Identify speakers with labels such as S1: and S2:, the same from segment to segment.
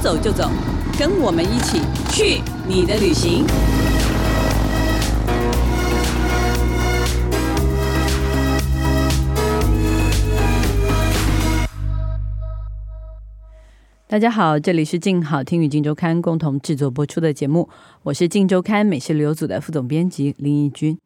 S1: 走就走，跟我们一起去你的旅行。大家好，这里是静好听与静周刊共同制作播出的节目，我是静周刊美食旅游组的副总编辑林义君。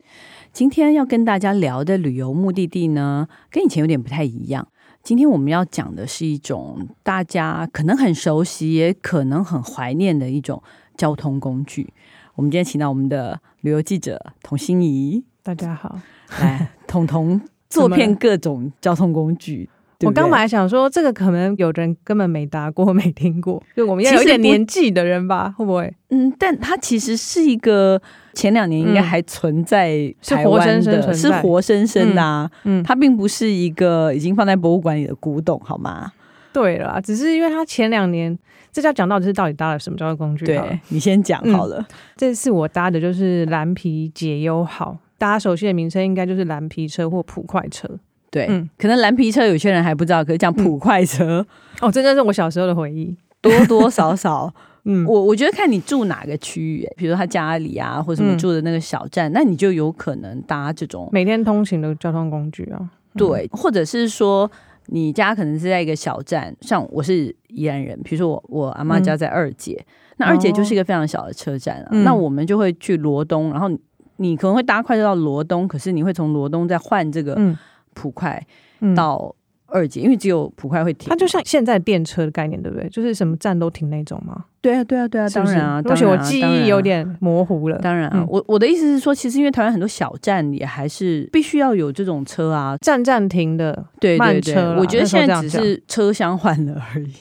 S1: 今天要跟大家聊的旅游目的地呢，跟以前有点不太一样。今天我们要讲的是一种大家可能很熟悉，也可能很怀念的一种交通工具。我们今天请到我们的旅游记者童心怡
S2: 大家好，
S1: 来，童童坐
S2: 怎么
S1: 遍
S2: 了
S1: 各种交通工具。对
S2: 我
S1: 不对
S2: 刚本来想说这个可能有人根本没搭过、没听 过，就我们要
S1: 其
S2: 有
S1: 实
S2: 一点
S1: 不
S2: 年纪的人吧，会不会
S1: 嗯，但它其实是一个前两年应该
S2: 嗯
S1: 还存在
S2: 是
S1: 台
S2: 活
S1: 湾
S2: 生生
S1: 的
S2: 存
S1: 嗯是
S2: 在
S1: 活生生的、啊
S2: 嗯嗯
S1: 它并不是一个已经放在博物馆里的古董，好吗？
S2: 对了啊？只是因为他前两年，这就要讲到就是到底搭了什么交通工具好了
S1: 对你先讲好了，
S2: 这次我搭的就是蓝皮解忧号，大家熟悉的名称应该就是蓝皮车或普快车。
S1: 对、
S2: 嗯
S1: 可能蓝皮车有些人还不知道，可是讲普快车、
S2: 哦，这真的是我小时候的回忆。
S1: 多多少少，
S2: 嗯，
S1: 我我觉得看你住哪个区域、比如说他家里啊，或者什么
S2: 嗯
S1: 住的那个小站，那你就有可能搭这种
S2: 每天通勤的交通工具啊，
S1: 对，或者是说你家可能是在一个小站，像我是宜兰人，比如说我我阿妈家在二姐，那二姐就是一个非常小的车站啊，
S2: 哦嗯
S1: 那我们就会去罗东，然后你你可能会搭快车到罗东，可是你会从罗东再换这个
S2: 嗯
S1: 普快
S2: 嗯啊
S1: 到二姐，因为只有普快会停。
S2: 它就像现在电车的概念，对不对？就是什么站都停那种嘛。
S1: 对啊，对啊，对啊，
S2: 是
S1: 当
S2: 不是
S1: 然啊，
S2: 而且
S1: 当
S2: 我
S1: 然啊
S2: 记
S1: 当然啊
S2: 忆有点模糊了。
S1: 当然啊，
S2: 嗯
S1: 我我的意思是说，其实因为台湾很多小站也还是必须要有这种车啊，
S2: 站站停的
S1: 对对
S2: 慢
S1: 对，
S2: 车啦
S1: 我觉得
S2: 那时
S1: 现
S2: 候这
S1: 在
S2: 样
S1: 只
S2: 讲
S1: 是车厢换了而已。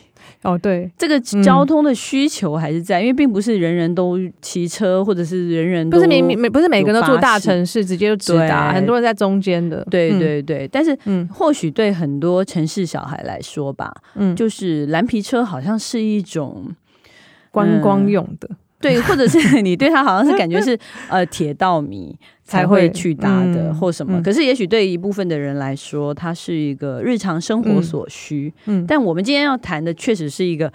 S2: 哦，对，
S1: 这个
S2: 嗯
S1: 交通的需求还是在，因为并不是人人都骑车，或者是人人都
S2: 不是每每不是每个人都
S1: 有
S2: 住
S1: 巴
S2: 大
S1: 士
S2: 城市，直接就直达，
S1: 对
S2: 很多人在中间的。
S1: 对
S2: 嗯，
S1: 对对，但是
S2: 嗯
S1: 或许对很多城市小孩来说吧，
S2: 嗯，就
S1: 就是蓝皮车好像是一种
S2: 观光用的
S1: 对，或者是你对它好像是感觉是呃铁道迷才
S2: 才
S1: 会
S2: 会
S1: 去搭的、
S2: 嗯
S1: 或什么。
S2: 嗯
S1: 可是也许对一部分的人来说，它是一个日常生活
S2: 嗯
S1: 所需。
S2: 嗯
S1: 但我们今天要谈的确实是一个，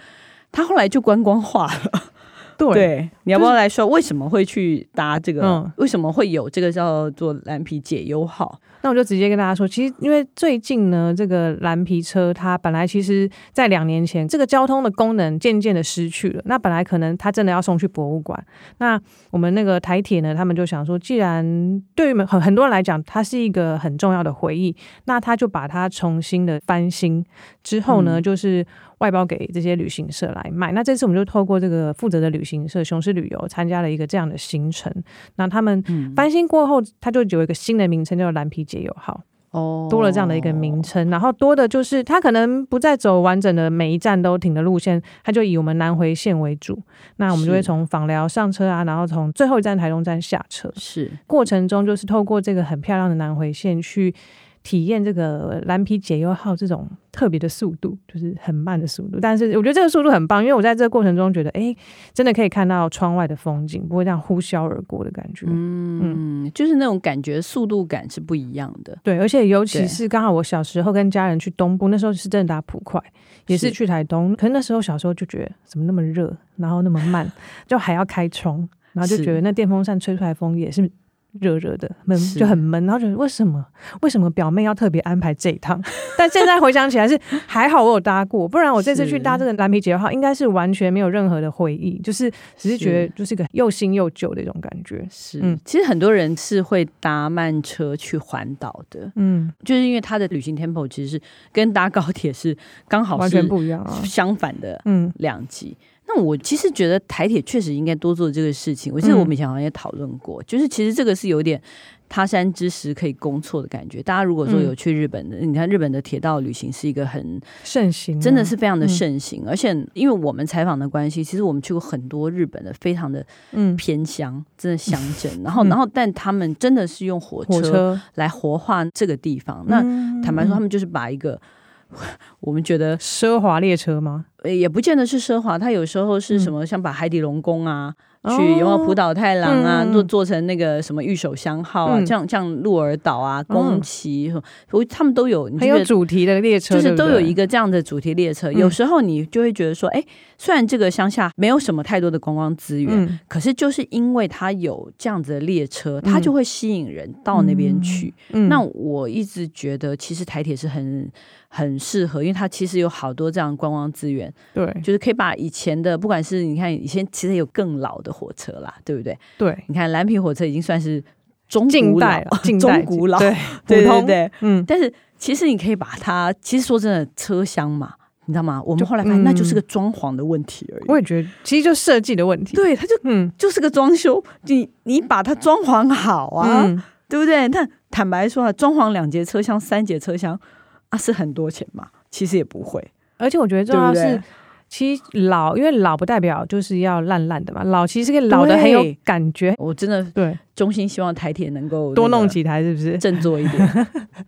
S1: 它后来就观光化了。
S2: 对
S1: 对，你要不要来说为什么会去搭这个？
S2: 嗯
S1: 为什么会有这个叫做蓝皮解忧号？
S2: 那我就直接跟大家说，其实因为最近呢，这个蓝皮车它本来其实在两年前，这个交通的功能渐渐的失去了。那本来可能它真的要送去博物馆，那我们那个台铁呢，他们就想说，既然对于很很多人来讲，它是一个很重要的回忆，那他就把它重新的翻新之后呢，
S1: 嗯
S2: 就是外包给这些旅行社来卖。那这次我们就透过这个负责的旅行社雄狮旅游参加了一个这样的行程，那他们
S1: 嗯，
S2: 翻新过后，它就有一个新的名称，叫蓝皮解友号，
S1: 哦
S2: 多了这样的一个名。称。然后多的就是它可能不再走完整的每一站都停的路线，它就以我们南回线为主。那我们就会
S1: 是
S2: 从访寮上车啊，然后从最后一站台东站下车。
S1: 是，
S2: 过程中就是透过这个很漂亮的南回线去体验这个蓝皮解忧号这种特别的速度，就是很慢的速度。但是我觉得这个速度很棒，因为我在这个过程中觉得，哎，真的可以看到窗外的风景，不会这样呼啸而过的感觉。
S1: 嗯，就是那种感觉，速度感是不一样的。
S2: 对，而且尤
S1: 对
S2: 其是刚好我小时候跟家人去东部，那时候是真的打普快，也是
S1: 是
S2: 去台东。可是那时候小时候就觉得怎么那么热，然后那么慢，就还要开窗，然后就是觉得那电风扇吹出来的风也是热热的，闷
S1: 是
S2: 就很闷。然后觉得为什么为什么表妹要特别安排这一趟？ 但现在回想起来是还好我有搭过，不然我这次去搭
S1: 是
S2: 这个蓝皮节的话，应该是完全没有任何的回忆，就是只是觉
S1: 是
S2: 得就是个又新又旧的一种感觉。
S1: 是，
S2: 嗯
S1: 其实很多人是会搭慢车去环岛的，
S2: 嗯，
S1: 就是因为它的旅行 tempo 其实是跟搭高铁是刚好
S2: 完
S1: 是
S2: 全不一样啊。
S1: 相反的
S2: 嗯，
S1: 两极。那我其实觉得台铁确实应该多做这个事情。我记得
S2: 嗯
S1: 我们以前好像也讨论过，就是其实这个是有点他山之石可以攻错的感觉。大家如果说
S2: 嗯
S1: 有去日本的，你看日本的铁道旅行是一个很
S2: 盛行啊
S1: 真的是非常的
S2: 嗯
S1: 盛行，而且因为我们采访的关系，其实我们去过很多日本的非常的
S2: 嗯。
S1: 偏 乡，真的乡镇。然后，
S2: 嗯
S1: 然后但他们真的是用火
S2: 火
S1: 车嗯
S2: 车。嗯
S1: 来活化这个地方。那坦白说，他
S2: 们
S1: 们就是把一个 我们觉得
S2: 奢华列车吗？
S1: 呃也不见得是奢华，它有时候
S2: 嗯
S1: 是什么，像把海底龙宫啊，去有没有浦岛太郎啊，
S2: 哦嗯
S1: 做做成那个什么御手箱号啊，
S2: 嗯
S1: 像像鹿儿岛啊、宫崎，我他们都有，你
S2: 很
S1: 觉
S2: 有
S1: 得
S2: 主题的列车，
S1: 就是都有一
S2: 个
S1: 个这样的主题列车。
S2: 嗯
S1: 有时候你就会觉得说，哎，虽然这个乡下没有什么太多的观光资源，
S2: 嗯
S1: 可是就是因为它有这样子的列车，它
S2: 嗯
S1: 就会吸引人到那边去。
S2: 嗯
S1: 那我一直觉得，其实台铁是很很适合，因为它其实有好多这样的观光资源，
S2: 对
S1: 就是可以把以前的，不管是你看以前其实有更老的火车啦，对不对？
S2: 对
S1: 你看蓝皮火车已经算是中
S2: 近
S1: 古
S2: 代
S1: 老，
S2: 了，近代
S1: 中古老
S2: 对
S1: 对
S2: 普
S1: 对
S2: 通
S1: 对。
S2: 嗯
S1: 但是其实你可以把它，其实说真的，车厢嘛，你知道吗？我们
S2: 就
S1: 后来发现，
S2: 嗯
S1: 那就是个装潢的问题而已。
S2: 我也觉得其实就设计的问题，
S1: 对，它就
S2: 嗯
S1: 就是个装修，你你把它装潢好啊，
S2: 嗯
S1: 对不对？但坦白说啊，装潢两节车厢、三节车厢啊，是很多钱嘛？其实也不会，
S2: 而且我觉得重
S1: 对不
S2: 要是，
S1: 对？
S2: 其实老，因为老不代表就是要烂烂的嘛，老其实可以老的很有
S1: 对
S2: 感觉，
S1: 我真的
S2: 对，
S1: 衷心希望台铁能够
S2: 多
S1: 那个
S2: 弄几台是不是？
S1: 振作一点，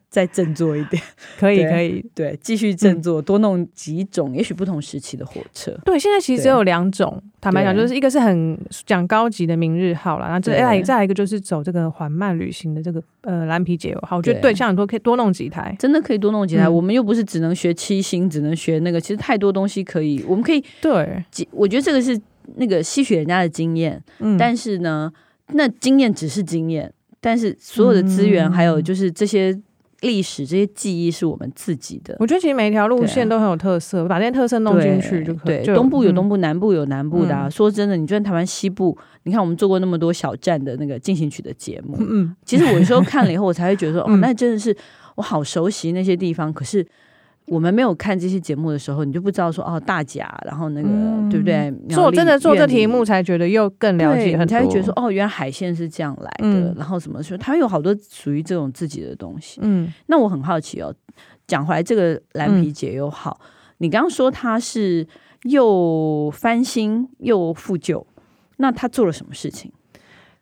S1: 再振作一 点，
S2: 可以
S1: 对
S2: 可以，
S1: 对，继续振作，多弄几种，也许不同时期的火车。
S2: 对，现在其实只有两种，坦白讲，
S1: 对
S2: 就是一个是很讲高级的明日号啦，然后这哎
S1: 对
S2: 再再来一个就是走这个缓慢旅行的这个呃蓝皮解忧号，我觉得
S1: 对
S2: 对，像你说可以多弄几台，
S1: 真的可以多弄几台，
S2: 嗯
S1: 我们又不是只能学七星，只能学那个，其实太多东西可以，我们可以
S2: 对，
S1: 几，我觉得这个是那个吸取人家的经验，
S2: 嗯，
S1: 但是呢，那经验只是经验，但是所有的资源，
S2: 嗯
S1: 还有就是这些历史、这些记忆是我们自己的。
S2: 我觉得其实每一条路线都很有特色，把这些特色弄进去就可
S1: 啊
S2: 以，
S1: 对，
S2: 就
S1: 东部有东
S2: 嗯
S1: 部，南部有南部的、啊。
S2: 嗯
S1: 说真的，你就算台湾西部，你看我们做过那么多小站的那个进行曲的节目，
S2: 嗯，
S1: 其实我有时候看了以后，我才会觉得 说，哦，
S2: 嗯
S1: 那真的是我好熟悉那些地方。可是我们没有看这些节目的时候，你就不知道说，哦，大甲，然后那个、
S2: 嗯
S1: 对不对？苗
S2: 做
S1: 栗
S2: 真的做这
S1: 苑里
S2: 题目才觉得又更了
S1: 对
S2: 解
S1: 你
S2: 很多，
S1: 才会觉得说，哦，原来海鲜是这样来的，
S2: 嗯
S1: 然后什么说，它有好多属于这种自己的东西。
S2: 嗯
S1: 那我很好奇哦，讲回来这个蓝皮解忧号，你刚刚说它是又翻新又复旧，那它做了什么事情？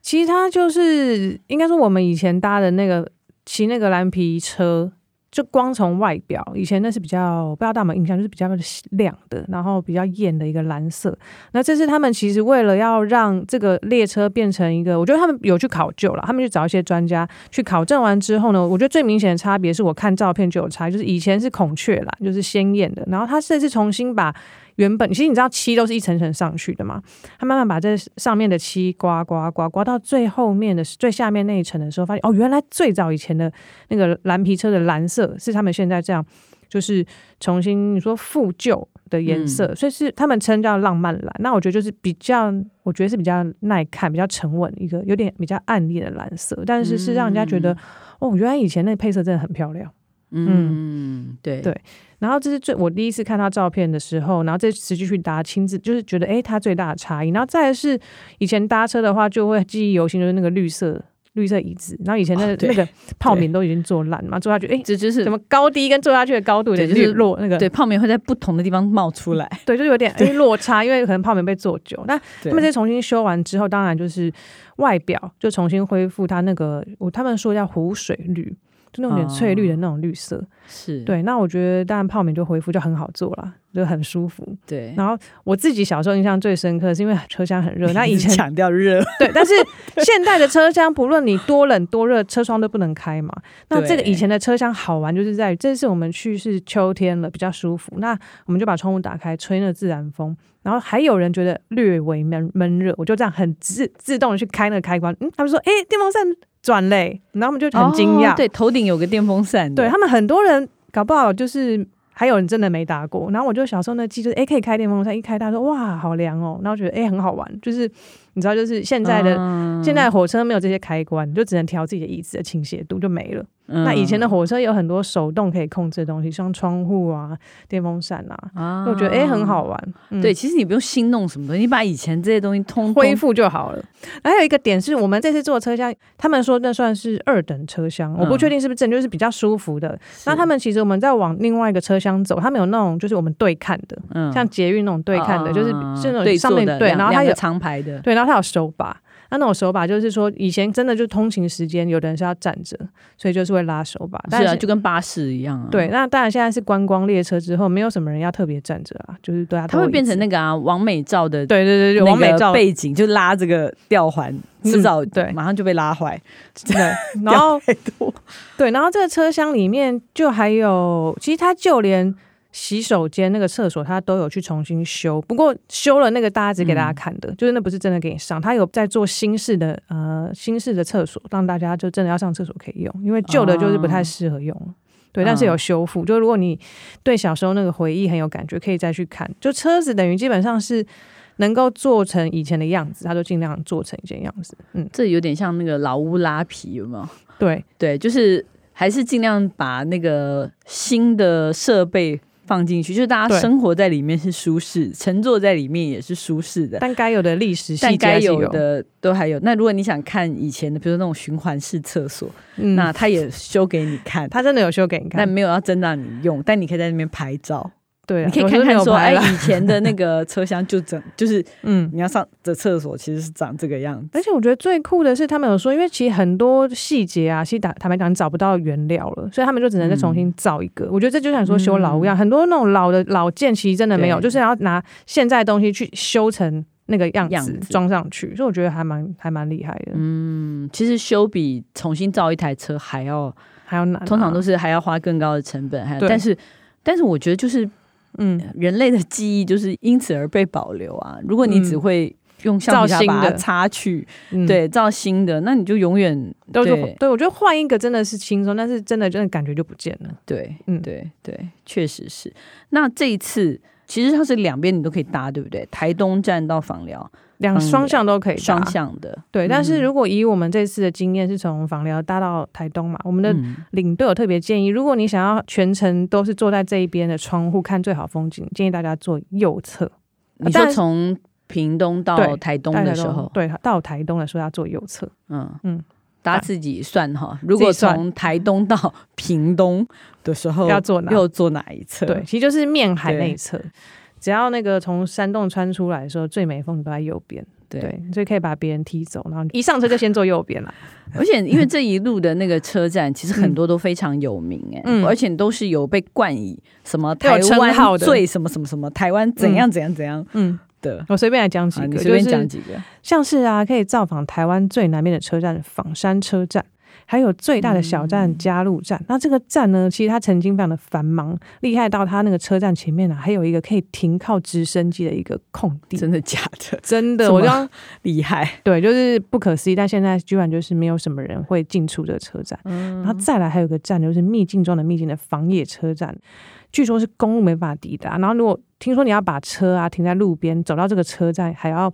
S2: 其实它就是应该说我们以前搭的那个骑那个蓝皮车，就光从外表，以前那是比较不知道大家有没有印象，就是比较亮的，然后比较艳的一个蓝色。那这是他们其实为了要让这个列车变成一个，我觉得他们有去考究了，他们去找一些专家去考证完之后呢，我觉得最明显的差别是我看照片就有差，就是以前是孔雀蓝，就是鲜艳的，然后它这次重新把原本其实你知道漆都是一层层上去的嘛，他慢慢把这上面的漆刮刮刮刮到最后面的最下面那一层的时候，发现哦，原来最早以前的那个蓝皮车的蓝色是他们现在这样，就是重新你说复旧的颜色，所以是他们称叫浪漫蓝。那我觉得就是比较，我觉得是比较耐看、比较沉稳一个，有点比较暗恋的蓝色，但是是让人家觉得、哦，原来以前那配色真的很漂亮。
S1: 嗯，对
S2: 对然后这是最我第一次看他照片的时候，然后这实际去搭亲自就是觉得诶，它最大的差异。然后再来是以前搭车的话，就会记忆犹新，就是那个绿色绿色椅子，然后以前那个、
S1: 哦对
S2: 那个泡面都已经做烂嘛，坐下去诶，
S1: 这就是
S2: 怎么高低跟坐下去的高度有点
S1: 对就是
S2: 略落那个
S1: 对泡面会在不同的地方冒出来。
S2: 对，就有点诶落差，因为可能泡面被做久。那
S1: 对
S2: 他们这重新修完之后，当然就是外表就重新恢复它那个，我他们说叫湖水绿，就那种有点翠
S1: 哦
S2: 绿的那种绿色。
S1: 是
S2: 对，那我觉得当然泡面就恢复就很好做啦，就很舒服。
S1: 对，
S2: 然后我自己小时候印象最深刻，是因为车厢很热。那以前
S1: 强调热，
S2: 对，但是现代的车厢，不论你多冷多热，车窗都不能开嘛。那这个
S1: 对
S2: 以前的车厢好玩，就是在于这次我们去是秋天了，比较舒服。那我们就把窗户打开，吹那自然风。然后还有人觉得略微闷闷热，我就这样很自自动的去开那个开关。嗯，他们说：“哎、电风扇转嘞、然后我们就很惊讶、
S1: 哦对，头顶有个电风扇的，
S2: 对他们很多人搞不好就是还有人真的没打过，然后我就小时候那记就是哎、诶可以开电风扇，一开他说哇好凉哦，然后觉得哎、诶很好玩，就是你知道就是现在的、
S1: 嗯
S2: 现在的火车没有这些开关，你就只能调自己的椅子的倾斜度就没了。那以前的
S1: 嗯
S2: 火车有很多手动可以控制的东西，像窗户啊、电风扇啊，
S1: 啊
S2: 我觉得哎、诶很好玩，嗯
S1: 对，其实你不用新弄什么东西，你把以前这些东西通
S2: 恢
S1: 通
S2: 复就好了。还有一个点是我们这次坐的车厢，他们说那算是二等车厢，我不
S1: 嗯
S2: 确定是不是正，就是比较舒服的。那他们其实我们在往另外一个车厢走，他们有那种就是我们对看的，
S1: 嗯
S2: 像捷运那种对看的，就是
S1: 啊
S2: 是那
S1: 对
S2: 种上
S1: 坐
S2: 面
S1: 的
S2: 对，
S1: 两
S2: 然后它
S1: 两个
S2: 有
S1: 长排的，
S2: 对，然后它有手把。那那种手把就是说，以前真的就通勤时间，有的人是要站着，所以就是会拉手把。但
S1: 是啊，就跟巴士一样啊。
S2: 对，，那当然现在是观光列车之后，没有什么人要特别站着啊，就是对啊，
S1: 它会变成那个啊，王美照的
S2: 对对对，
S1: 那
S2: 完美
S1: 个
S2: 照
S1: 背景，就拉这个吊环，
S2: 嗯
S1: 迟早
S2: 对
S1: 马上就被拉 坏。
S2: 对，然后
S1: 太多，
S2: 对，然后这个车厢里面就还有，其实它就连洗手间那个厕所，它都有去重新修。不过修了那个大家只给
S1: 嗯
S2: 大家看的，就是那不是真的给你上，它有在做新式的呃新式的厕所，让大家就真的要上厕所可以用，因为旧的就是不
S1: 哦
S2: 太适合用了。对，但是
S1: 嗯
S2: 有修复。就如果你对小时候那个回忆很有感觉，可以再去看。就车子等于基本上是能够做成以前的样子，它都尽量做成以前的样子。嗯，
S1: 这有点像那个老屋拉皮，有没有？
S2: 对，
S1: 对，就是还是尽量把那个新的设备放进去，就是大家
S2: 对
S1: 生活在里面是舒适，乘坐在里面也是舒适的。
S2: 但该有的历史
S1: 但
S2: 细节
S1: 该
S2: 还是
S1: 有，的都还有。那如果你想看以前的，比如说那种循环式厕所，
S2: 嗯
S1: 那它也修给你看，
S2: 他真的有修给你
S1: 但
S2: 看，
S1: 没有要真让你用，但你可以在那边拍照，
S2: 对啊，
S1: 你可以
S2: 我
S1: 看
S2: 是没
S1: 看
S2: 有
S1: 说，
S2: 拍
S1: 哎，
S2: 啦，
S1: 以前的那个车厢就整，就是
S2: 嗯。
S1: 你要上的厕所其实是长这个样子。
S2: 而且我觉得最酷的是，他们有说，因为其实很多细节啊，其实坦坦白讲你找不到原料了，所以他们就只能再重新造一个。我觉得这就像说修老屋一样，很多那种老的老件其实真的没有，
S1: 对
S2: 就是要拿现在的东西去修成那个样
S1: 样
S2: 子
S1: 子
S2: 装上去，所以我觉得还蛮还蛮厉害的。
S1: 嗯，其实修比重新造一台车还要，
S2: 还有哪？
S1: 通常都
S2: 是
S1: 是还要花更高的成本，还有
S2: 对
S1: 但是。但是我觉得，就是
S2: 嗯，
S1: 人类的记忆就是因此而被保留啊。如果你
S2: 嗯
S1: 只会用橡皮
S2: 造
S1: 擦
S2: 新
S1: 把它
S2: 的
S1: 擦去，
S2: 嗯，
S1: 对，造新的，那你就永远
S2: 都是
S1: 对
S2: 对我觉得换一个真的是轻松，但是真的真的感觉就不见了。
S1: 对，嗯，
S2: 嗯
S1: 对对，确实是。那这一次其实它是两边你都可以搭，对不对？台东站到访寮
S2: 两
S1: 嗯
S2: 双向都可以搭，
S1: 双向的，
S2: 对，但是
S1: 嗯
S2: 如果以我们这次的经验，是从访寮搭到台东嘛，我们的
S1: 嗯
S2: 领队有特别建议，如果你想要全程都是坐在这一边的窗户看最好风景，建议大家坐右侧。
S1: 你
S2: 当
S1: 说
S2: 然
S1: 从屏东到
S2: 对
S1: 台东
S2: 到
S1: 的
S2: 台
S1: 时候，
S2: 对，到台东的时候要坐右侧。
S1: 嗯嗯
S2: 嗯。
S1: 大家自己算哈，如果
S2: 算
S1: 从台东到屏东的时候，
S2: 要坐哪
S1: 又坐哪一侧？
S2: 对，，其实就是面海
S1: 对
S2: 那一侧。只要那个从山洞穿出来的时候，最美的风景都在右边。
S1: 对
S2: 所以可以把别人踢走，然后一上车就先坐右边 啦。
S1: 而且因为这一路的那个车站，其实很多都非常有名哎、
S2: 嗯
S1: 而且都是有被冠以什么
S2: 都有
S1: 台
S2: 称号
S1: 湾
S2: 的
S1: 最什么什么什么，台湾怎样怎样怎样
S2: 嗯，
S1: 的。
S2: 我随便来讲几
S1: 啊，
S2: 个，
S1: 你随便
S2: 就是
S1: 讲几个，
S2: 像是啊，可以造访台湾最南面的车站仿山车站，还有最大的小站嘉路站。那这个站呢，其实它曾经非常的繁忙，厉害到它那个车站前面啊，还有一个可以停靠直升机的一个空地。
S1: 真的假的？
S2: 真
S1: 什
S2: 的，
S1: 么
S2: 我刚
S1: 厉 害，
S2: 对，就是不可思议，但现在居然就是没有什么人会进出这个车站。
S1: 嗯
S2: 然后再来还有一个站，就是秘境中的秘境的防野车站，据说是公路没办法抵达。然后如果听说你要把车啊停在路边，走到这个车站，还要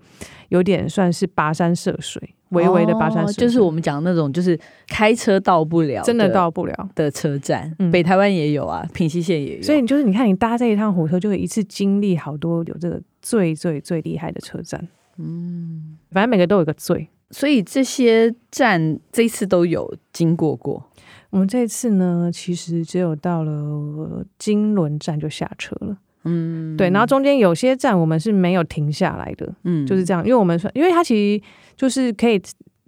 S2: 有点算是跋山涉水，微微的跋山涉
S1: 哦
S2: 水，
S1: 就是我们讲的那种，就是开车到不了，
S2: 真的到不了。
S1: 的车站，
S2: 嗯
S1: 北台湾也有啊，平西线也有，
S2: 所以就是你看，你搭这一趟火车，就会一次经历好多有这个最最最厉害的车站。嗯，反正每个都有一个最。
S1: 所以这些站这一次都有经过过，
S2: 我们这一次呢，其实只有到了金轮站就下车了。嗯，对，然后中间有些站我们是没有停下来的，
S1: 嗯，
S2: 就是这样，因为我们算，因为它其实就是可以。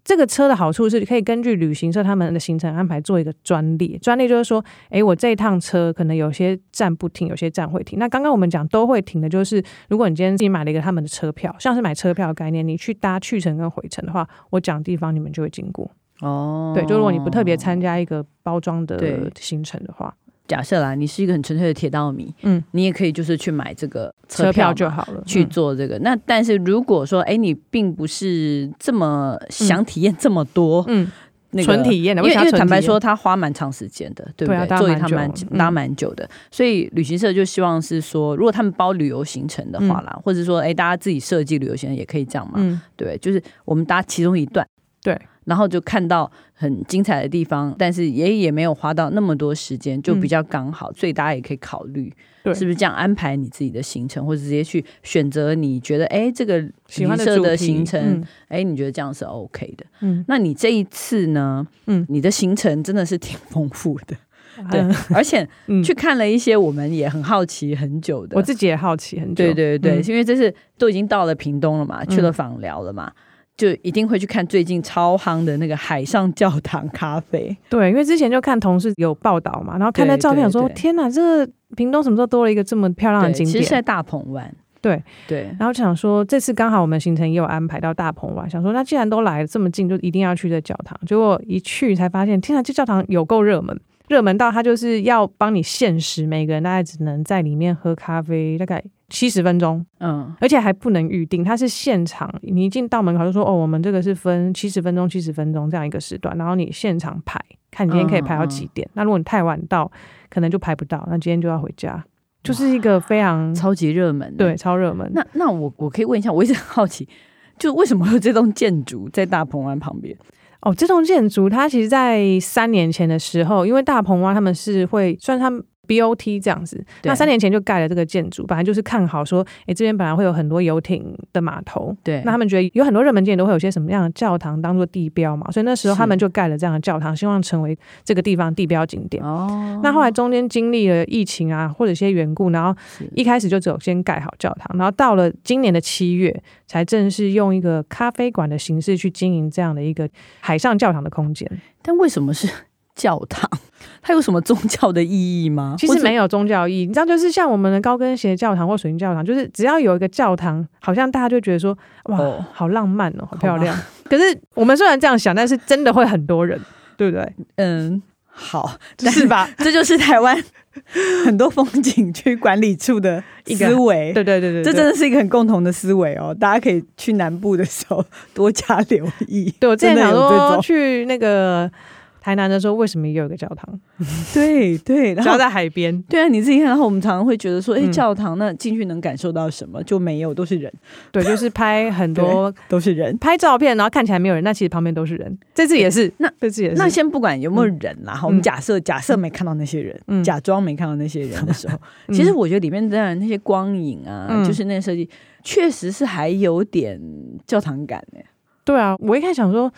S2: 这个车的好处是可以根据旅行社他们的行程安排做一个专列，专列就是说，诶，我这一趟车可能有些站不停，有些站会停。那刚刚我们讲都会停的，就是如果你今天自己买了一个他们的车票，像是买车票的概念，你去搭去程跟回程的话，我讲的地方你们就会经过。
S1: 哦，
S2: 对，就如果你不特别参加一个包装
S1: 对
S2: 的行程的话，
S1: 假设啦，你是一个很纯粹的铁道迷，
S2: 嗯，
S1: 你也可以就是去买这个
S2: 车
S1: 票
S2: 票
S1: 嘛
S2: 就好了。
S1: 去
S2: 嗯
S1: 做这个。那但是如果说，哎，你并不是这么想体验这么多，
S2: 嗯，
S1: 那个
S2: 纯体验的，
S1: 因为
S2: 我
S1: 因
S2: 想
S1: 为
S2: 要纯
S1: 坦白
S2: 体验
S1: 说，，他花蛮长时间的，对不
S2: 对啊搭
S1: 坐一
S2: 蛮
S1: 趟
S2: 久
S1: 蛮
S2: 嗯
S1: 搭蛮久的，所以旅行社就希望是说，如果他们包旅游行程的话啦，或者说哎大家自己设计旅游行程也可以这样嘛，
S2: 嗯，
S1: 对，就是我们搭其中一段，
S2: 对，
S1: 然后就看到很精彩的地方，但是也也没有花到那么多时间，就比较刚好，所以大家也可以考虑，
S2: 嗯对
S1: 是不是这样安排你自己的行程，或者直接去选择你觉得哎这个
S2: 喜欢
S1: 旅
S2: 的
S1: 社
S2: 主
S1: 的
S2: 题
S1: 行程，，哎、你觉得这样是 OK 的？
S2: 嗯
S1: 那你这一次呢？嗯
S2: 嗯，
S1: 你的行程真的是挺丰富的，
S2: 嗯，
S1: 对
S2: 嗯，
S1: 而且
S2: 嗯
S1: 去看了一些我们也很好奇很久的。
S2: 我自己也好奇很久，
S1: 对对对，
S2: 嗯
S1: 因为这是都已经到了屏东了嘛，去了
S2: 嗯
S1: 访寮了嘛。就一定会去看最近超夯的那个海上教堂咖啡。
S2: 对，因为之前就看同事有报道嘛，然后看那
S1: 对
S2: 照片，我
S1: 对
S2: 说
S1: 对
S2: 天哪，这个屏东什么时候多了一个这么漂亮的
S1: 对，
S2: 景
S1: 其实是
S2: 点？
S1: 在大鹏湾。
S2: 对
S1: 对，
S2: 然后就想说，这次刚好我们行程也有安排到大鹏湾，想说那既然都来了这么近，就一定要去这教堂。结果一去才发现，天啊哪，这教堂有够热门，热门到它就是要帮你限时，每个人大概只能在里面喝咖啡，大概七十分钟。
S1: 嗯，
S2: 而且还不能预定，它是现场，你一进到门口就说哦，我们这个是分七十分钟、七十分钟这样一个时段，然后你现场排，看你今天可以排到几点。那如果你太晚到，可能就排不到，那今天就要回家，就是一个非常
S1: 超级热门的。
S2: 嗯对超热门。
S1: 那那我我可以问一下，我一直很好奇，就为什么有这栋建筑在大鹏湾旁边？
S2: 哦，这栋建筑它其实在三年前的时候，因为大鹏湾他们是会算他们。BOT 这样子，
S1: 对
S2: 那三年前就盖了这个建筑，本来就是看好说，诶、这边本来会有很多游艇的码头，
S1: 对，
S2: 那他们觉得有很多热门景点都会有些什么样的教堂当做地标嘛，所以那时候
S1: 是
S2: 他们就盖了这样的教堂，希望成为这个地方地标景点。
S1: 哦，
S2: 那后来中间经历了疫情啊，或者一些缘故，然后
S1: 是
S2: 一开始就只有先盖好教堂，然后到了今年的七月，才正式用一个咖啡馆的形式去经营这样的一个海上教堂的空间。
S1: 但为什么是 教堂？它有什么宗教的意义吗？
S2: 其
S1: 我
S2: 实
S1: 只
S2: 没有宗教意义，你知道，就是像我们的高跟鞋教堂或水晶教堂，就是只要有一个教堂，好像大家就觉得说，哇，
S1: 哦
S2: 好浪漫哦，好
S1: 吧
S2: 漂亮。可是我们虽然这样想，但是真的会很多人，对不对？
S1: 嗯，好，
S2: 是吧？
S1: 这就是台湾很多风景区管理处的
S2: 一个
S1: 思维。
S2: 对对对对，
S1: 这真
S2: 对
S1: 的是一个很共同的思维哦，大家可以去南部的时候多加留意。
S2: 对我之前
S1: 真的
S2: 想
S1: 有这
S2: 说
S1: 种，
S2: 去那个台南的时候，为什么也有一个教堂？
S1: 对对，然
S2: 只要
S1: 后
S2: 在海边。
S1: 对啊，你自己看，然后我们常常会觉得说，哎，
S2: 嗯
S1: 教堂那进去能感受到什么？就没有，都是人，
S2: 对，就是拍很多
S1: 都是人。
S2: 拍照片，然后看起来没有人，那其实旁边都是人。这次也是，
S1: 那
S2: 这次也是，
S1: 那先不管有没有人啦，好我们
S2: 嗯
S1: 假设假设没看到那些人，
S2: 嗯
S1: 假装没看到那些人的时候，
S2: 嗯
S1: 其实我觉得里面当然那些光影啊，
S2: 嗯
S1: 就是那些设计，确实是还有点教堂感哎、
S2: 对啊，我一开始想说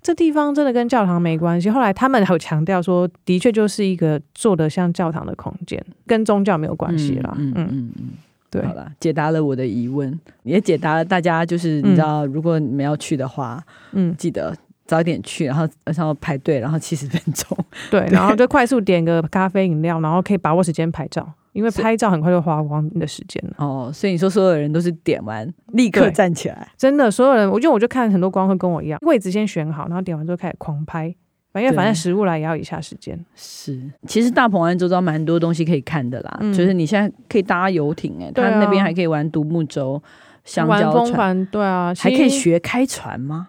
S2: 这地方真的跟教堂没关系，后来他们还有强调说，的确就是一个做的像教堂的空间，跟宗教没有关系啦。嗯
S1: 嗯嗯嗯，
S2: 对
S1: 好啦，解答了我的疑问，也解答了大家就是你知道，如果你们要去的话，
S2: 嗯，
S1: 记得早点去，然后然后排队，然后七十分钟。
S2: 对，然后就快速点个咖啡饮料，然后可以把握时间拍照，因为
S1: 是
S2: 拍照很快就花光你的时间了。
S1: 哦，所以你说所有人都是点完立刻
S2: 对
S1: 站起来，
S2: 真的，所有人，我觉得我就看很多光会跟我一样，位置先选好，然后点完之后开始狂拍。反正
S1: 对
S2: 反正食物来也要一下时间，
S1: 是，其实大鹏湾周遭蛮多东西可以看的啦，
S2: 嗯
S1: 就是你现在可以搭游艇、哎、
S2: 对啊
S1: 它那边还可以玩独木舟、香
S2: 玩
S1: 蕉
S2: 风
S1: 船，
S2: 帆，对啊，
S1: 还可
S2: 其
S1: 以
S2: 实
S1: 学开船吗？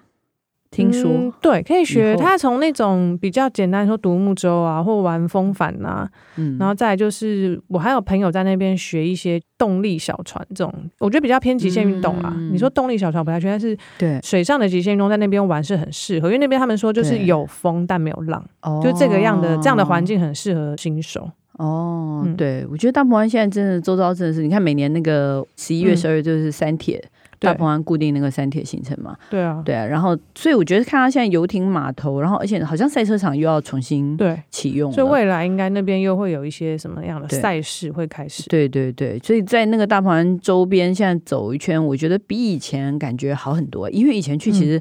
S1: 听说、
S2: 嗯对，可以
S1: 以
S2: 学。
S1: 后
S2: 他从那种比较简单，说独木舟啊，或玩风帆啊，
S1: 嗯，
S2: 然后再来就是我还有朋友在那边学一些动力小船这种，我觉得比较偏极限运动啦。
S1: 嗯
S2: 你说动力小船不太确定，但是
S1: 对，
S2: 水上的极限运动在那边玩是很适合，因为那边他们说就是
S1: 对
S2: 有风但没有浪，
S1: 哦
S2: 就这个样的、这样的环。境很适合新手。
S1: 哦，
S2: 嗯
S1: 对，我觉得大鹏湾现在真的周遭真的是，你看每年那个十一月、
S2: 嗯
S1: 十二月就是三铁、
S2: 对
S1: 大鹏湾固定那个三铁行程嘛，
S2: 对啊，
S1: 对啊，然后所以我觉得看它现在游艇码头，然后而且好像赛车场又要重新
S2: 对，
S1: 启用了，
S2: 所以未来应该那边又会有一些什么样的
S1: 对
S2: 赛事会开始。
S1: 对对对，所以在那个大鹏湾周边现在走一圈，我觉得比以前感觉好很多，因为以前去其实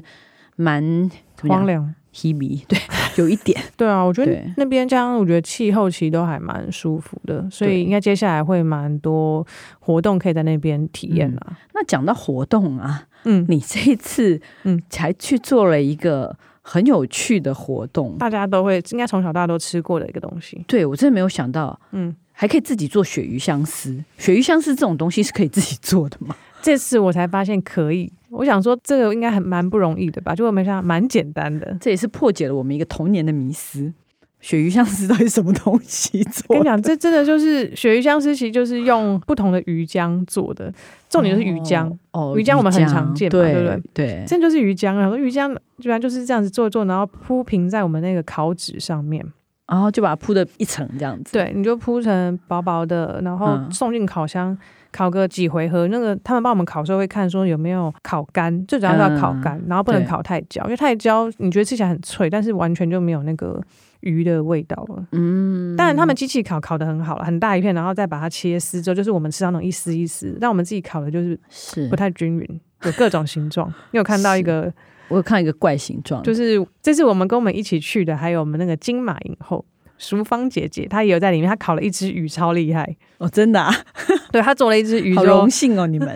S1: 蛮、怎么
S2: 嗯荒
S1: 讲
S2: 凉，
S1: ，hebe，对，有一点，
S2: 对啊，我觉得
S1: 对
S2: 那边这样，我觉得气候其实都还蛮舒服的，所
S1: 对
S2: 以应该接下来会蛮多活动可以在那边体验啦。
S1: 那讲到活动啊，
S2: 嗯，
S1: 你这一次嗯
S2: 嗯
S1: 才去做了一个很有趣的活动，
S2: 大家都会应该从小到大都吃过的一个东西。
S1: 对我真的没有想到。
S2: 嗯，
S1: 还可以自己做鳕鱼香丝，鳕鱼香丝这种东西是可以自己做的吗？
S2: 这次我才发现可以，我想说这个应该很蛮不容易的吧，就我没想到蛮简单的。
S1: 这也是破解了我们一个童年的迷思，鳕鱼香丝到底是什么东西
S2: 跟
S1: 做
S2: 你
S1: 的？
S2: 讲，这真的就是鳕鱼香丝，其实就是用不同的鱼浆做的，重点就是鱼浆。
S1: 哦
S2: 鱼浆我们很常见嘛
S1: 对
S2: 对不
S1: 对
S2: 真的就是鱼浆，然后鱼浆居然就是这样子做一做，然后铺平在我们那个烤纸上面。
S1: 然后就把它铺的一层这样子。，
S2: 对，你就铺成薄薄的，然后
S1: 嗯
S2: 送进烤箱、烤个几回合。那个他们帮我们烤的时候会看说有没有烤干，最主要是要烤干，然后不能
S1: 对
S2: 烤太焦，因为太焦你觉得吃起来很脆，但是完全就没有那个鱼的味道了。
S1: 嗯
S2: 当然，他们机器烤烤的很好了，很大一片，然后再把它切丝之后，就是我们吃到那种一丝一丝，但我们自己烤的就是
S1: 是
S2: 不太均匀。有各种形状。你有看到一个，
S1: 我有看一个怪形状，
S2: 就是这次我们跟我们一起去的，还有我们那个金马影后。淑芳姐姐，她也有在里面，她烤了一只鱼，超厉害。
S1: 哦，真的、啊，
S2: 对她做了一只鱼，
S1: 好荣幸哦，你们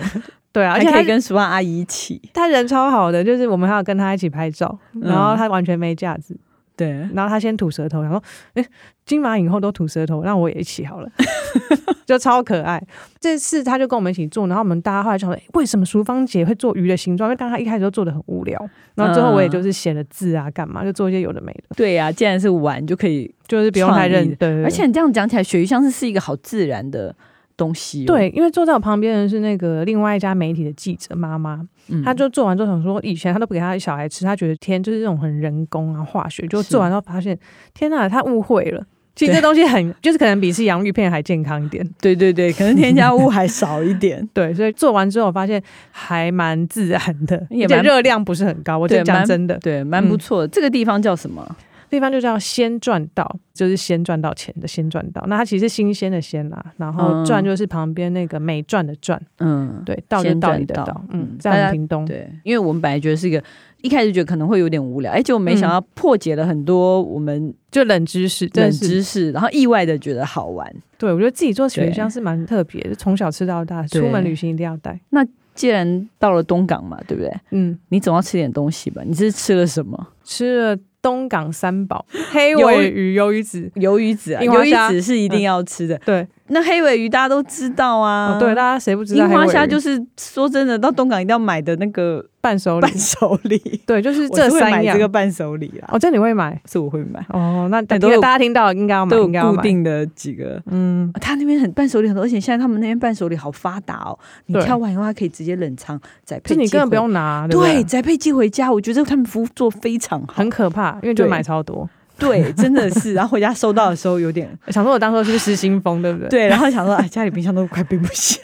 S2: 对 啊，而且
S1: 还可以跟淑芳阿姨一起，
S2: 她人超好的，就是我们还要跟她一起拍照，然后她完全没架子，
S1: 对、
S2: 嗯，然后她先吐舌头，然后哎，金马影后都吐舌头，让我也一起好了， 就超可爱。这次她就跟我们一起做，然后我们大家后来就说，为什么淑芳姐会做鱼的形状？因为刚刚一开始都做的很无聊，然后最后我也就是写了字啊，干嘛就做一些有的没的。
S1: 对呀、啊，既然是玩就可以。
S2: 就是不用太认
S1: 对，对而且你这样讲起来，鳕鱼香是是一个好自然的东西、哦。
S2: 对，因为坐在我旁边的是那个另外一家媒体的记者妈妈，嗯、她就做完之后想说，以前她都不给她小孩吃，她觉得天就是这种很人工啊化学，就做完之后发现，天呐，她误会了。其实这东西很，就是可能比吃洋芋片还健康一点。
S1: 对对对，可能添加物还少一 点。
S2: 对，所以做完之后发现还蛮自然的，也而且热量不是很高。我就讲真的，
S1: 对，蛮不错的。嗯、这个地方叫什么？
S2: 地方就叫先赚到，就是先赚到钱的先赚到。那它其实新鲜的鲜啦，然后赚就是旁边那个美赚的赚，嗯，对，到就到你的到，嗯，在屏东
S1: 对，因为我们本来觉得是一个一开始觉得可能会有点无聊，哎、欸，结果没想
S2: 嗯
S1: 到破解了很多我们、嗯、
S2: 就冷知识、
S1: 冷知识，然后意外的觉得好玩。
S2: 对我觉得自己做雪香是蛮特别的，从小吃到大，出门旅行一定要带。
S1: 那既然到了东港嘛，对不对？嗯，你总要吃点东西吧？你是吃了什么？
S2: 吃了。东港三宝：黑尾鱼、鱿鱼子、
S1: 鱿鱼子、啊、鱿鱼子是一定要吃的。嗯、
S2: 对，
S1: 那黑尾鱼大家都知道啊。
S2: 哦、对，大家谁不知道？
S1: 樱花虾就是说真的，到东港一定要买的那个
S2: 伴手
S1: 伴手礼。
S2: 对，就是这三
S1: 哦
S2: 样。
S1: 这个伴手礼啦。
S2: 哦，这你会买？
S1: 是我会买。
S2: 哦，那等大家听到应该要买，
S1: 都有固定的几个。嗯，他那边很伴手礼很多，而且现在他们那边伴手礼好发达哦。你挑完以后，它可以直接冷藏再配。
S2: 就你根本不用拿。
S1: 对,
S2: 对，
S1: 再配寄回家，我觉得他们服务做非常好，
S2: 很可怕。因为就买超多，
S1: 对，真的是。然后回家收到的时候有点
S2: 想说，我当初是不是失心疯，对不对？
S1: 对，然后想说，哎，家里冰箱都快冰不下。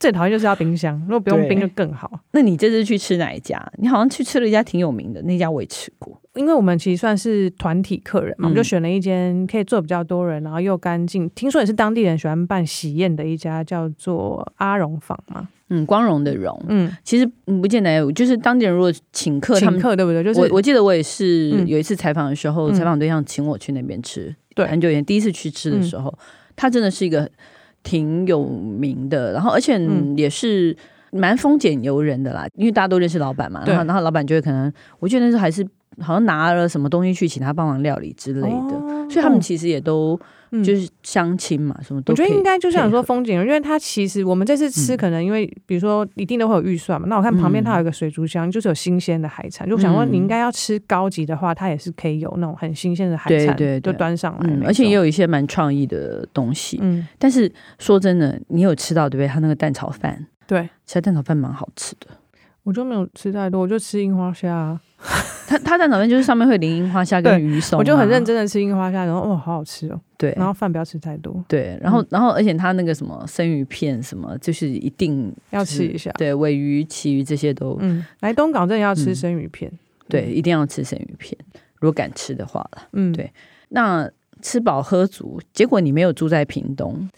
S2: 最讨厌就是要冰箱，如果不用冰就更好。
S1: 那你这次去吃哪一家？你好像去吃了一家挺有名的，那家我也吃过。
S2: 因为我们其实算是团体客人嘛，嗯、我们就选了一间可以坐比较多人，然后又干净，听说也是当地人喜欢办喜宴的一家，叫做阿荣坊嘛。
S1: 嗯，光荣的荣，嗯，其实不见得，就是当地人如果请客，
S2: 请客对不对？就是嗯
S1: 我我记得我也是有一次采访的时候，采访、嗯、对象请我去那边吃，
S2: 对、嗯
S1: 嗯，很久以前第一次去吃的时候，他真的是一个挺有名的，然后而且嗯
S2: 嗯
S1: 也是蛮丰俭由人的啦，因为大家都认识老板嘛，然后然后老板就会可能，我记得那时候还是。好像拿了什么东西去请他帮忙料理之类的，哦、所以他们其实也都就是相亲嘛，嗯、什么都。
S2: 嗯我觉得应该就像你说风景，因为它其实我们这次吃可能因为比如说一定都会有预算嘛，嗯、那我看旁边它有一个水族箱，就是有新鲜的海产，就想问你应该要吃高级的话，它也是可以有那种很新鲜的海产，
S1: 对对
S2: 就端上来、嗯，
S1: 而且也有一些蛮创意的东西。嗯，但是说真的，你有吃到对不对？他那个蛋炒饭，
S2: 对，
S1: 其实蛋炒饭蛮好吃的。
S2: 我就没有吃太多，我就吃樱花虾、啊。
S1: 它它蛋炒饭就是上面会淋樱花虾跟鱼松、啊，
S2: 我就很认真的吃樱花虾，然后哦，好好吃哦。
S1: 对，
S2: 然后饭不要吃太多。
S1: 对，然后、嗯、然后而且它那个什么生鱼片什么，就是一定、就是、
S2: 要吃一下。
S1: 对，尾鱼、旗鱼这些都，
S2: 嗯，来东港真的要吃生鱼片。嗯、
S1: 对，一定要吃生鱼片，如果敢吃的话了。嗯，对。那吃饱喝足，结果你没有住在屏东。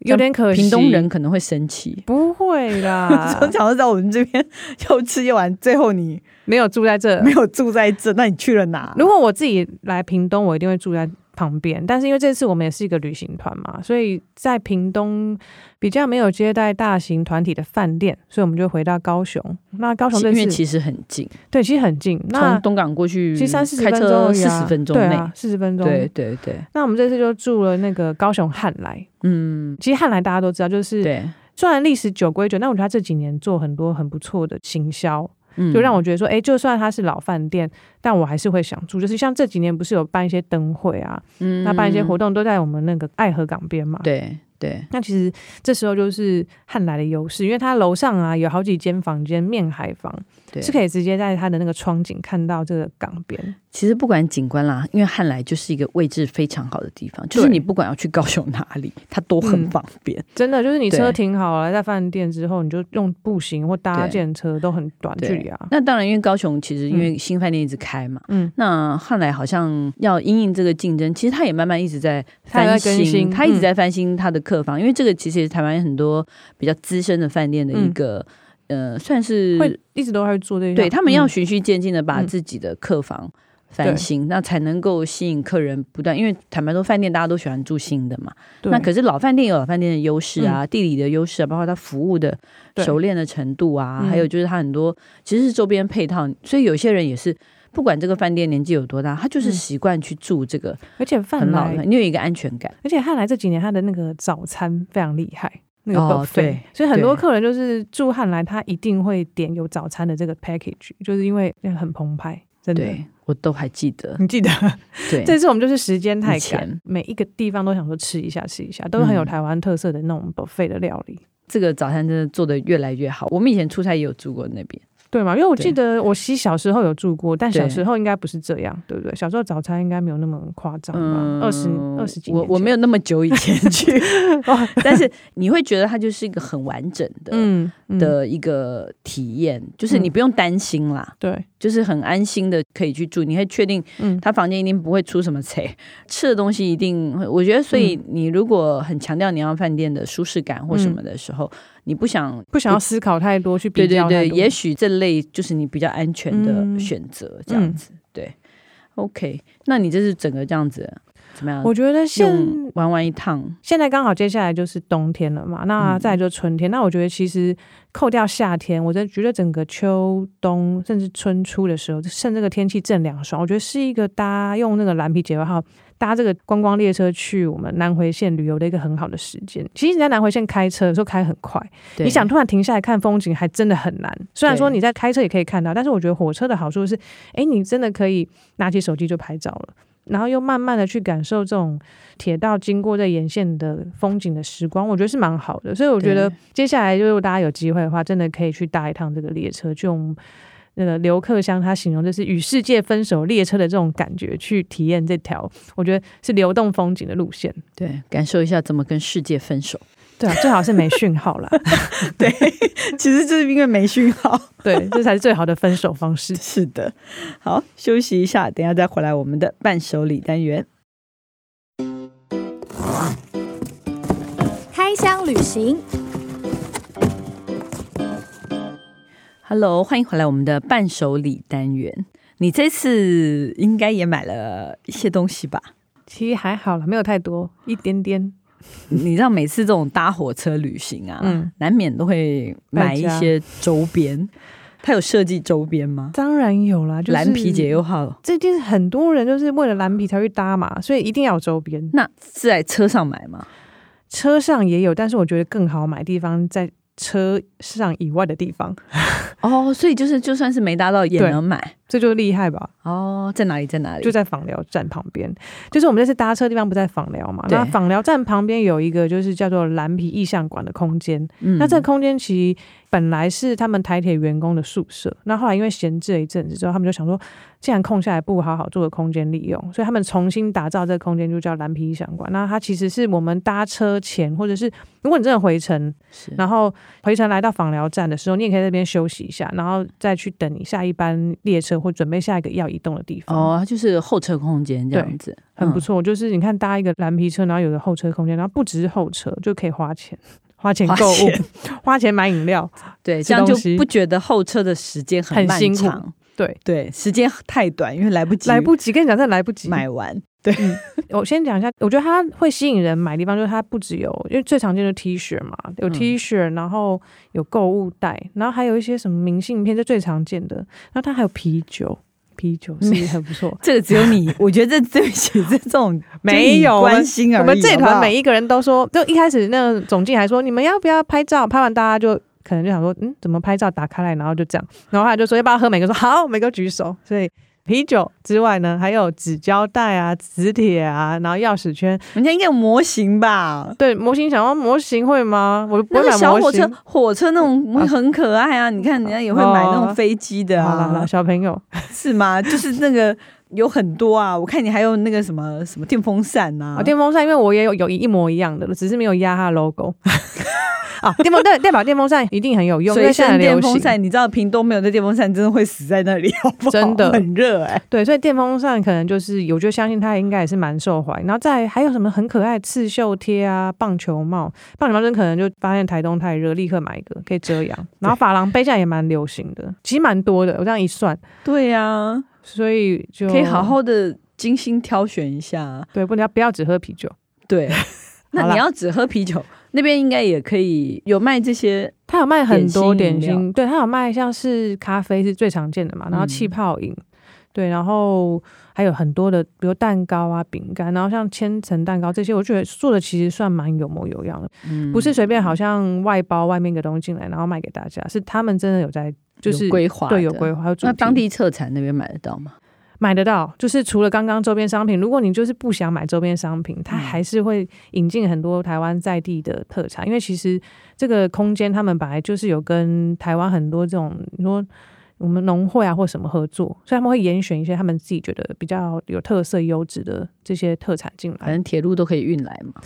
S2: 有点可惜，
S1: 屏东人可能会生 气。
S2: 不会 啦，
S1: 从小到我们这边又吃又玩，最后你
S2: 没有住在这，
S1: 没有住在这，那你去了哪？
S2: 如果我自己来屏东，我一定会住在旁边。但是因为这次我们也是一个旅行团嘛，所以在屏东比较没有接待大型团体的饭店，所以我们就回到高雄。那高雄这
S1: 次其实很近，
S2: 对，其实很近。
S1: 从东港过去，
S2: 其实三四十分
S1: 钟，
S2: 四
S1: 十分钟
S2: 内，四十、啊、分钟。
S1: 对对对。
S2: 那我们这次就住了那个高雄汉来。嗯，其实汉来大家都知道，就是虽然历史久归久，但我觉得他这几年做很多很不错的行销，嗯、就让我觉得说，哎、欸，就算它是老饭店，但我还是会想住。就是像这几年不是有办一些灯会啊，嗯、那办一些活动都啊在我们那个爱河港边嘛。
S1: 对对，對
S2: 那其实这时候就是汉来的优势，因为它楼上啊有好几间房间面海房，是可以直接在它的那个窗景看到这个港边。
S1: 其实不管景观啦，因为汉来就是一个位置非常好的地方，就是你不管要去高雄哪里，它都很方便。嗯、
S2: 真的，就是你车停好了，在饭店之后，你就用步行或搭建车都很短距离啊。
S1: 那当然，因为高雄其实因为新饭店一直开嘛，嗯，那汉来好像要因应这个竞争，其实它也慢慢一直在翻新，它一
S2: 嗯
S1: 直在翻新它的客房，嗯、因为这个其实台湾很多比较资深的饭店的一个。呃，算是
S2: 会一直都会做这些，
S1: 对他们要
S2: 嗯
S1: 循序渐进的把
S2: 嗯
S1: 自己的客房翻新，那才能够吸引客人不断。因为坦白说，饭店大家都喜欢住新的嘛，
S2: 对嗯
S1: 那可是老饭店有老饭店的优势啊，地理的优势啊，包括它服务的
S2: 对
S1: 熟练的程度啊，
S2: 嗯
S1: 还有就是它很多其实是周边配套，所以有些人也是。不管这个饭店年纪有多大，他就是
S2: 嗯
S1: 习惯去住这个
S2: 而且
S1: 很
S2: 饭
S1: 老
S2: 来
S1: 的，你有一个安全感。
S2: 而且汉来这几年他的那个早餐非常厉害，那个
S1: 哦
S2: buffet，、
S1: 对
S2: 所以很多
S1: 对
S2: 客人就是住汉来，他一定会点有早餐的这个 package，就是因为那个很澎湃，真的。
S1: 对我都还记得，
S2: 你记得
S1: 对，
S2: 这次我们就是时间太
S1: 以
S2: 赶
S1: 前，
S2: 每一个地方都想说吃一下吃一下，都是很有
S1: 嗯
S2: 台湾特色的那种 buffet 的料理，
S1: 这个早餐真的做的越来越好。我们以前出差也有住过那边，
S2: 对吗？因为我
S1: 对
S2: 记得我西小时候有住过，但
S1: 对
S2: 小时候应该不是这样，对不对？小时候早餐应该没有那么夸张吧？二十二十几年
S1: 嗯我
S2: 前，
S1: 我没有那么久以前 去， 但是你会觉得它就是一个很完整的、
S2: 嗯嗯
S1: 的一个体验，就是你
S2: 嗯
S1: 不用担心啦，
S2: 对
S1: 就是很安心的可以去住，你会确定
S2: 嗯
S1: 他房间一定不会出什么贼， 吃的东西一定会。我觉得，所以你如果很强调你要饭店的舒适感或什么的时候，你不想。
S2: 不想要思考太多嗯去比
S1: 对对
S2: 较太多，
S1: 对，也许这类就是你比较安全的
S2: 嗯
S1: 选择，这样
S2: 嗯
S1: 子。对，OK，那你这是整个这样子怎么样？
S2: 我觉得现
S1: 用玩玩一趟，
S2: 现在刚好接下来就是冬天了嘛，那
S1: 嗯
S2: 再来就春天。那我觉得其实扣掉夏天，我真的觉得整个秋冬甚至春初的时候，趁这个天气正凉爽，我觉得是一个搭用那个蓝皮节外号搭这个观光列车去我们南回线旅游的一个很好的时间。其实你在南回线开车有时候开很快，
S1: 对
S2: 你想突然停下来看风景，还真的很难。虽然说你在开车也可以看到，但是我觉得火车的好处是，哎，你真的可以拿起手机就拍照了，然后又慢慢的去感受这种铁道经过在沿线的风景的时光，我觉得是蛮好的。所以我觉得
S1: 对
S2: 接下来就是大家有机会的话，真的可以去搭一趟这个列车，就用那个刘克襄他形容就是与世界分手列车的这种感觉，去体验这条我觉得是流动风景的路线。
S1: 对感受一下怎么跟世界分手。
S2: 对啊，最好是没讯号啦，
S1: 对，其实就是因为没讯号。
S2: 对，这才是最好的分手方式。
S1: 是的，好，休息一下，等一下再回来我们的伴手礼单元。
S3: 开箱旅行，
S1: Hello，欢迎回来我们的伴手礼单元。你这次应该也买了一些东西吧？
S2: 其实还好啦，没有太多，一点点。
S1: 你知道每次这种搭火车旅行啊，
S2: 嗯
S1: 难免都会买一些周边。它有设计周边吗？
S2: 当然有啦，就是
S1: 蓝皮解忧号，
S2: 这件很多人就是为了蓝皮才去搭嘛，所以一定要有周边。
S1: 那是在车上买吗？
S2: 车上也有，但是我觉得更好买的地方在车上以外的地方，
S1: 哦，所以就是就算是没搭到也
S2: 对
S1: 能买
S2: 这就厉害吧？
S1: 哦，在哪里在哪里？
S2: 就在访寮站旁边，就是我们这次搭车的地方不在访寮嘛？
S1: 对
S2: 那访寮站旁边有一个就是叫做蓝皮意象馆的空间，
S1: 嗯
S2: 那这个空间其实本来是他们台铁员工的宿舍，那后来因为闲置了一阵子之后，他们就想说，既然空下来，不如好好做个空间利用，所以他们重新打造这个空间，就叫蓝皮想馆。那它其实是我们搭车前，或者是如果你真的回程，
S1: 是
S2: 然后回程来到访寮站的时候，你也可以在这边休息一下，然后再去等你下一班列车或准备下一个要移动的地方。
S1: 哦，它嗯就是后车空间这样子，
S2: 很不
S1: 错。
S2: 错，就是你看搭一个蓝皮车，然后有个后车空间，然后不只是后车就可以花钱，花钱
S1: 花
S2: 购物
S1: 钱，
S2: 花钱买饮料，
S1: 对，
S2: 吃
S1: 这样就
S2: 东西
S1: 不觉得后车的时间
S2: 很
S1: 漫
S2: 辛苦
S1: 长。
S2: 对
S1: 对，时间太短，因为来不及
S2: 来不及，跟你讲，真的来不及。
S1: 买完。
S2: 我先讲一下，我觉得它会吸引人买的地方，就是它不只有，因为最常见的 T 恤嘛，有
S1: 嗯。
S2: T 恤，然后有购物袋，然后还有一些什么明信片，这最常见的。然后它还有啤酒，啤酒是很不错
S1: 嗯 这个只有你，我觉得这对不起，这这种
S2: 没
S1: 就你
S2: 有我们
S1: 关心而已。
S2: 我们这
S1: 好不
S2: 团
S1: 好
S2: 每一个人都说，就一开始那个总经还说，你们要不要拍照？拍完大家就。可能就想说，嗯，怎么拍照打开来，然后就这样，然后后来就说要不要喝，每个说好，每个举手。所以啤酒之外呢，还有纸胶带啊、磁铁啊，然后钥匙圈，
S1: 人家应该有模型吧？
S2: 对，模型想要模型会吗？我不
S1: 那
S2: 会
S1: 个
S2: 买
S1: 小
S2: 模
S1: 火
S2: 型。
S1: 车，火车那种
S2: 啊
S1: 很可爱啊！你看人家也会买那种飞机的
S2: 好了好
S1: 啊
S2: 了，，小朋友，
S1: 是吗？ 就是那个有很多啊，我看你还有那个什么什么哦电风扇呐、
S2: 哦 啊，电风扇，因为我也有有一模一样的，只是没有压它的 logo。啊，电风代代表电风扇一定很有用，因
S1: 所
S2: 为
S1: 以
S2: 现在很
S1: 电
S2: 流
S1: 风
S2: 行。
S1: 扇，你知道屏东没有那电风扇，真的会死在那里， 好不好？
S2: 真的
S1: 很热哎、
S2: 对，所以电风扇可能就是，我就相信它应该也是蛮受欢迎。然后再来还有什么很可爱的刺绣贴啊、棒球帽，棒球帽真的可能就发现台东太热，立刻买一个可以遮阳。然后珐琅杯现在也蛮流行的，其实蛮多的。我这样一算，
S1: 对呀、
S2: 所以就
S1: 可以好好的精心挑选一下。啊
S2: 对，不能不要只喝啤酒。
S1: 对，
S2: 好
S1: 那
S2: 啦
S1: 你要只喝啤酒，那边应该也可以有卖这些。
S2: 它有卖很多点
S1: 点心饮
S2: 心，对，它有卖像是咖啡是最常见的嘛，然后
S1: 嗯
S2: 气泡饮，对，然后还有很多的，比如蛋糕啊、饼干，然后像千层蛋糕这些，我觉得做的其实算蛮有模有样的，
S1: 嗯
S2: 不是随便好像外包外面一个东西进来然后卖给大家，是他们真的有在就是
S1: 有规划，
S2: 对有规。划，有主
S1: 那当
S2: 题
S1: 地特产那边买得到吗？
S2: 买得到，就是除了刚刚周边商品，如果你就是不想买周边商品，它
S1: 嗯
S2: 还是会引进很多台湾在地的特产，因为其实这个空间他们本来就是有跟台湾很多这种你说。我们农会啊，或什么合作，所以他们会严选一些他们自己觉得比较有特色、优质的这些特产进
S1: 反
S2: 来。
S1: 正铁路都可以运来嘛，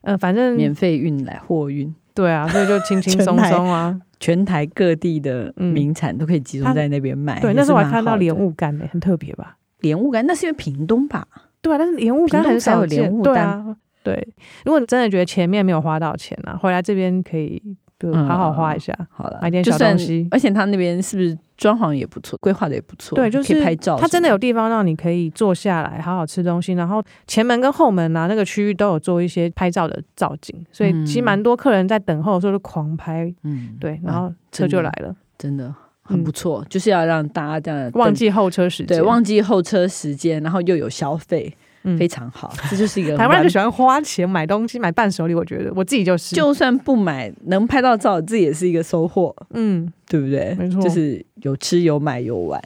S2: 呃，反正
S1: 嗯免费运来货运，
S2: 对啊，所以就轻轻
S1: 全
S2: 松
S1: 台
S2: 松 啊。
S1: 全台各地的
S2: 嗯
S1: 名产都可以集中
S2: 它
S1: 在那边卖。
S2: 对，
S1: 哎也
S2: 那时候我
S1: 是
S2: 还
S1: 蛮
S2: 看到
S1: 好的
S2: 莲雾干呢，很特别吧？
S1: 莲雾干，那是因为屏东吧？
S2: 对啊，但是莲雾干
S1: 屏东
S2: 很
S1: 才
S2: 少
S1: 有莲
S2: 见
S1: 雾
S2: 对
S1: 丹
S2: 啊，对。如果你真的觉得前面没有花到钱啊，回来这边可以就
S1: 嗯
S2: 好好花一下。
S1: 好了，
S2: 买点
S1: 就
S2: 小
S1: 算
S2: 东西
S1: 而且他那边是不是装潢也不错，规划的也不错，
S2: 对，就
S1: 可
S2: 是
S1: 以拍照什么。
S2: 它真的有地方让你可以坐下来，好好吃东西。然后前门跟后门啊，那个区域都有做一些拍照的造景，所以其实
S1: 嗯
S2: 蛮多客人在等候的时候就狂拍，
S1: 嗯，
S2: 对，
S1: 哇
S2: 然后车就
S1: 真的
S2: 来了，
S1: 真的很不错，就是要让大家这样
S2: 忘
S1: 等
S2: 记候车时间。
S1: 对忘记候车时间，然后又有消费，
S2: 嗯
S1: 非常好，这就是一个
S2: 台湾人就
S1: 完
S2: 喜欢花钱买东西，买伴手礼。我觉得我自己就是，
S1: 就算不买，能拍到照，这也是一个收获，
S2: 嗯，
S1: 对不对？
S2: 没错
S1: 就是有吃有买有玩，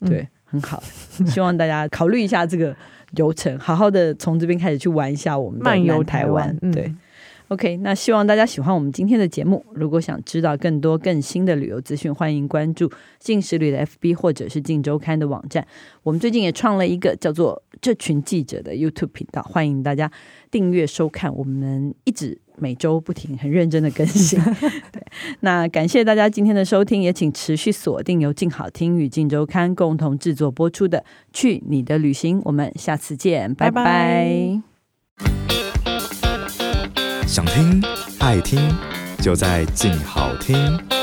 S2: 嗯
S1: 对，很好。 希望大家考虑一下这个游程，好好的从这边开始去玩一下我们的
S2: 漫游
S1: 南台
S2: 湾，嗯
S1: 对。OK，那希望大家喜欢我们今天的节目。如果想知道更多更新的旅游资讯，欢迎关注《进食旅》的 FB 或者是《进周刊》的网站。我们最近也创了一个叫做“这群记者”的 YouTube 频道，欢迎大家订阅收看。我们一直每周不停、很认真的更 新。对，那感谢大家今天的收听，也请持续锁定由静好听与《静周刊》共同制作播出的《去你的旅行》，我们下次见，
S2: 拜
S1: 拜
S2: 拜
S1: 拜
S3: 想听爱听，就在静好听。